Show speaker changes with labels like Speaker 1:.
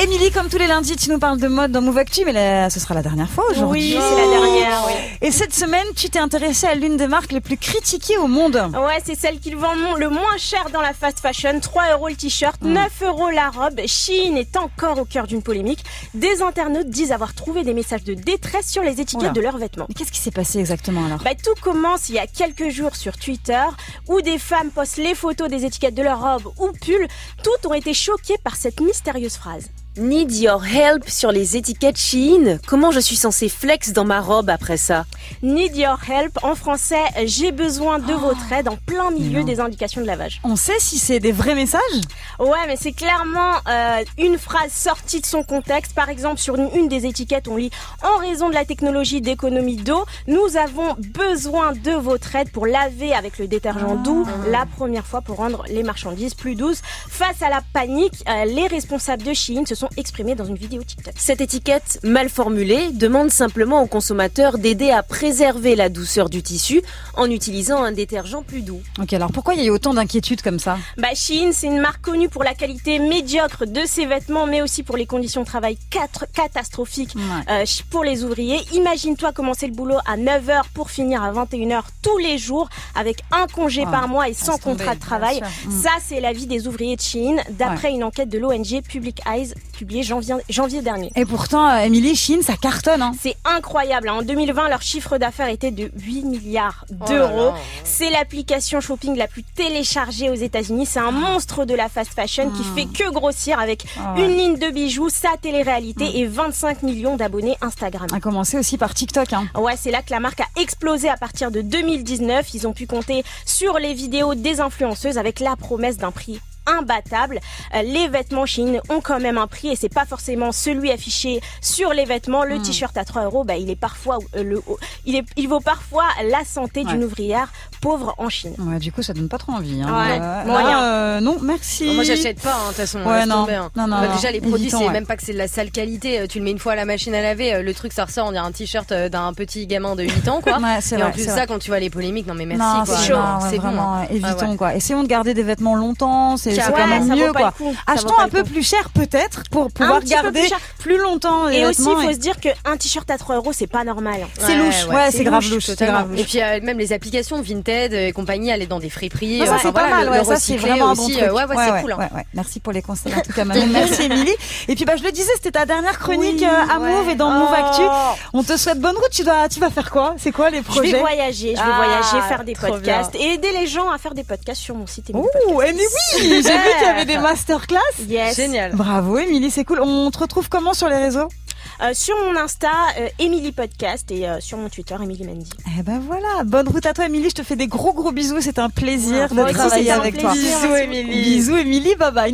Speaker 1: Émilie, comme tous les lundis, tu nous parles de mode dans Move Actu, mais là, ce sera la dernière fois aujourd'hui.
Speaker 2: Oui, c'est la dernière, oui.
Speaker 1: Et cette semaine, tu t'es intéressée à l'une des marques les plus critiquées au monde.
Speaker 2: Ouais, c'est celle qui le vend mon- le moins cher dans la fast fashion. 3 euros le t-shirt, 9 euros la robe. Shein est encore au cœur d'une polémique. Des internautes disent avoir trouvé des messages de détresse sur les étiquettes
Speaker 1: Oula.
Speaker 2: de leurs vêtements.
Speaker 1: Mais qu'est-ce qui s'est passé exactement alors
Speaker 2: Bah, tout commence il y a quelques jours sur Twitter où des femmes postent les photos des étiquettes de leurs robes ou pulls. Toutes ont été choquées par cette mystérieuse phrase.
Speaker 3: Need your help sur les étiquettes Shein. Comment je suis censée flex dans ma robe après ça
Speaker 2: Need your help en français, j'ai besoin de votre aide en plein milieu des indications de lavage.
Speaker 1: On sait si c'est des vrais messages
Speaker 2: Ouais, mais c'est clairement euh, une phrase sortie de son contexte. Par exemple, sur une, une des étiquettes, on lit En raison de la technologie d'économie d'eau, nous avons besoin de votre aide pour laver avec le détergent doux la première fois pour rendre les marchandises plus douces. Face à la panique, euh, les responsables de Shein se sont exprimés dans une vidéo TikTok.
Speaker 3: Cette étiquette mal formulée demande simplement aux consommateurs d'aider à préserver la douceur du tissu en utilisant un détergent plus doux.
Speaker 1: Ok, alors pourquoi il y a eu autant d'inquiétudes comme ça
Speaker 2: Bah, Shein, c'est une marque connue pour la qualité médiocre de ses vêtements, mais aussi pour les conditions de travail quatre- catastrophiques euh, pour les ouvriers. Imagine-toi commencer le boulot à 9h pour finir à 21h tous les jours avec un congé
Speaker 1: Ouais,
Speaker 2: par mois et
Speaker 1: Ah, laisse
Speaker 2: sans
Speaker 1: tomber,
Speaker 2: contrat de
Speaker 1: bien
Speaker 2: travail.
Speaker 1: sûr. Mm.
Speaker 2: Ça, c'est l'avis des ouvriers de Chine d'après une enquête de l'ONG Public Eyes publiée janvier, janvier dernier.
Speaker 1: Et pourtant, euh, Émilie, Chine, ça cartonne. Hein.
Speaker 2: C'est incroyable. hein. En 2020, leur chiffre d'affaires était de 8 milliards
Speaker 1: Oh
Speaker 2: d'euros. C'est l'application shopping la plus téléchargée aux États-Unis. C'est un monstre de la fast fashion qui fait que grossir avec
Speaker 1: Mm.
Speaker 4: Oh,
Speaker 1: Ah ouais. Mm.
Speaker 2: une ligne de bijoux, sa télé-réalité et 25 millions d'abonnés Instagram.
Speaker 1: A commencé aussi par TikTok. Hein.
Speaker 2: Ouais, c'est là que la marque a explosé à partir de 2019. Ils ont pu compter sur les vidéos des influenceuses avec la promesse d'un prix imbattable. Euh, Les vêtements Chine ont quand même un prix et c'est pas forcément celui affiché sur les vêtements.
Speaker 1: Hmm.
Speaker 2: Le t-shirt à 3 euros, bah, il est parfois euh, le, il, est, il vaut parfois la santé d'une
Speaker 1: Ouais.
Speaker 2: ouvrière pauvre en Chine.
Speaker 1: Ouais, du coup, ça donne pas trop envie. Hein.
Speaker 2: Ouais,
Speaker 1: là,
Speaker 2: moyen.
Speaker 1: euh, non, merci.
Speaker 4: Moi j'achète pas, hein, de toute façon.
Speaker 1: Ouais,
Speaker 4: laisse
Speaker 1: non.
Speaker 4: tomber, hein.
Speaker 1: Non, non,
Speaker 4: Bah,
Speaker 1: non.
Speaker 4: Déjà les produits,
Speaker 1: Hésitant,
Speaker 4: c'est
Speaker 1: ouais.
Speaker 4: même pas que c'est de la sale qualité. Euh, Tu le mets une fois à la machine à laver, euh, le truc ça ressort, on dirait un t-shirt euh, d'un petit gamin de 8 ans quoi.
Speaker 1: Ouais, c'est
Speaker 4: Et en
Speaker 1: vrai,
Speaker 4: plus
Speaker 1: c'est
Speaker 4: ça,
Speaker 1: vrai.
Speaker 4: quand tu vois les polémiques, non mais merci
Speaker 1: Non,
Speaker 4: quoi.
Speaker 1: c'est
Speaker 2: chaud,
Speaker 1: non, ouais,
Speaker 4: c'est bon,
Speaker 1: vraiment,
Speaker 4: hein.
Speaker 1: euh, évitons
Speaker 4: Ah ouais.
Speaker 1: quoi. Essayons de garder des vêtements longtemps, c'est
Speaker 4: Ça
Speaker 1: c'est
Speaker 4: va,
Speaker 1: quand même
Speaker 2: ça vaut
Speaker 1: mieux
Speaker 2: pas
Speaker 1: quoi.
Speaker 2: le coup. Ça vaut
Speaker 1: Achetons
Speaker 2: pas
Speaker 1: un
Speaker 2: le
Speaker 1: peu
Speaker 2: coup.
Speaker 1: plus cher peut-être pour pouvoir
Speaker 2: petit peu plus
Speaker 1: garder
Speaker 2: cher.
Speaker 1: plus longtemps les
Speaker 2: Et aussi,
Speaker 1: vêtements
Speaker 2: il faut
Speaker 1: et-
Speaker 2: se dire qu'un t-shirt à 3 euros, c'est pas normal.
Speaker 1: C'est louche, ouais, c'est grave louche, c'est
Speaker 4: totalement.
Speaker 1: grave louche.
Speaker 4: Et puis euh, même les applications Vinted euh, et compagnie, aller dans des friperies.
Speaker 1: Non, ça
Speaker 4: euh,
Speaker 1: c'est
Speaker 4: enfin,
Speaker 1: pas
Speaker 4: voilà,
Speaker 1: mal,
Speaker 4: le-
Speaker 1: ouais,
Speaker 4: le
Speaker 1: ça c'est
Speaker 4: recycler
Speaker 1: vraiment
Speaker 4: aussi,
Speaker 1: un bon
Speaker 4: euh,
Speaker 1: truc.
Speaker 4: ouais, ouais, c'est cool. hein.
Speaker 1: ouais, ouais. Merci pour les conseils en tout cas, Manon. Merci Émilie. Et puis bah je le disais, c'était ta dernière chronique
Speaker 2: Oui, Oh.
Speaker 1: euh, à
Speaker 4: ouais.
Speaker 1: Move et dans Move Actu. On te souhaite bonne route. Tu dois, tu vas faire quoi C'est quoi les
Speaker 2: Je vais
Speaker 1: projets
Speaker 2: voyager, je vais
Speaker 4: Ah,
Speaker 2: voyager, faire des
Speaker 4: trop
Speaker 2: podcasts et aider les gens à faire des podcasts sur mon site. et mon podcast.
Speaker 1: Ouh, et mais oui, j'ai vu qu'il y avait des masterclass.
Speaker 2: Yes.
Speaker 4: Génial.
Speaker 1: Bravo Émilie, c'est cool. On te retrouve comment sur les réseaux
Speaker 2: Euh, sur mon Insta, euh, Emily Podcast et euh, sur mon Twitter, Emily Mendy.
Speaker 1: Eh ben voilà, bonne route à toi Émilie, je te fais des gros gros bisous, c'est un plaisir
Speaker 2: Ouais, moi
Speaker 1: de
Speaker 2: aussi,
Speaker 1: travailler
Speaker 2: c'était un
Speaker 1: avec toi.
Speaker 2: plaisir.
Speaker 4: Bisous Émilie.
Speaker 1: Bisous Émilie, bye bye.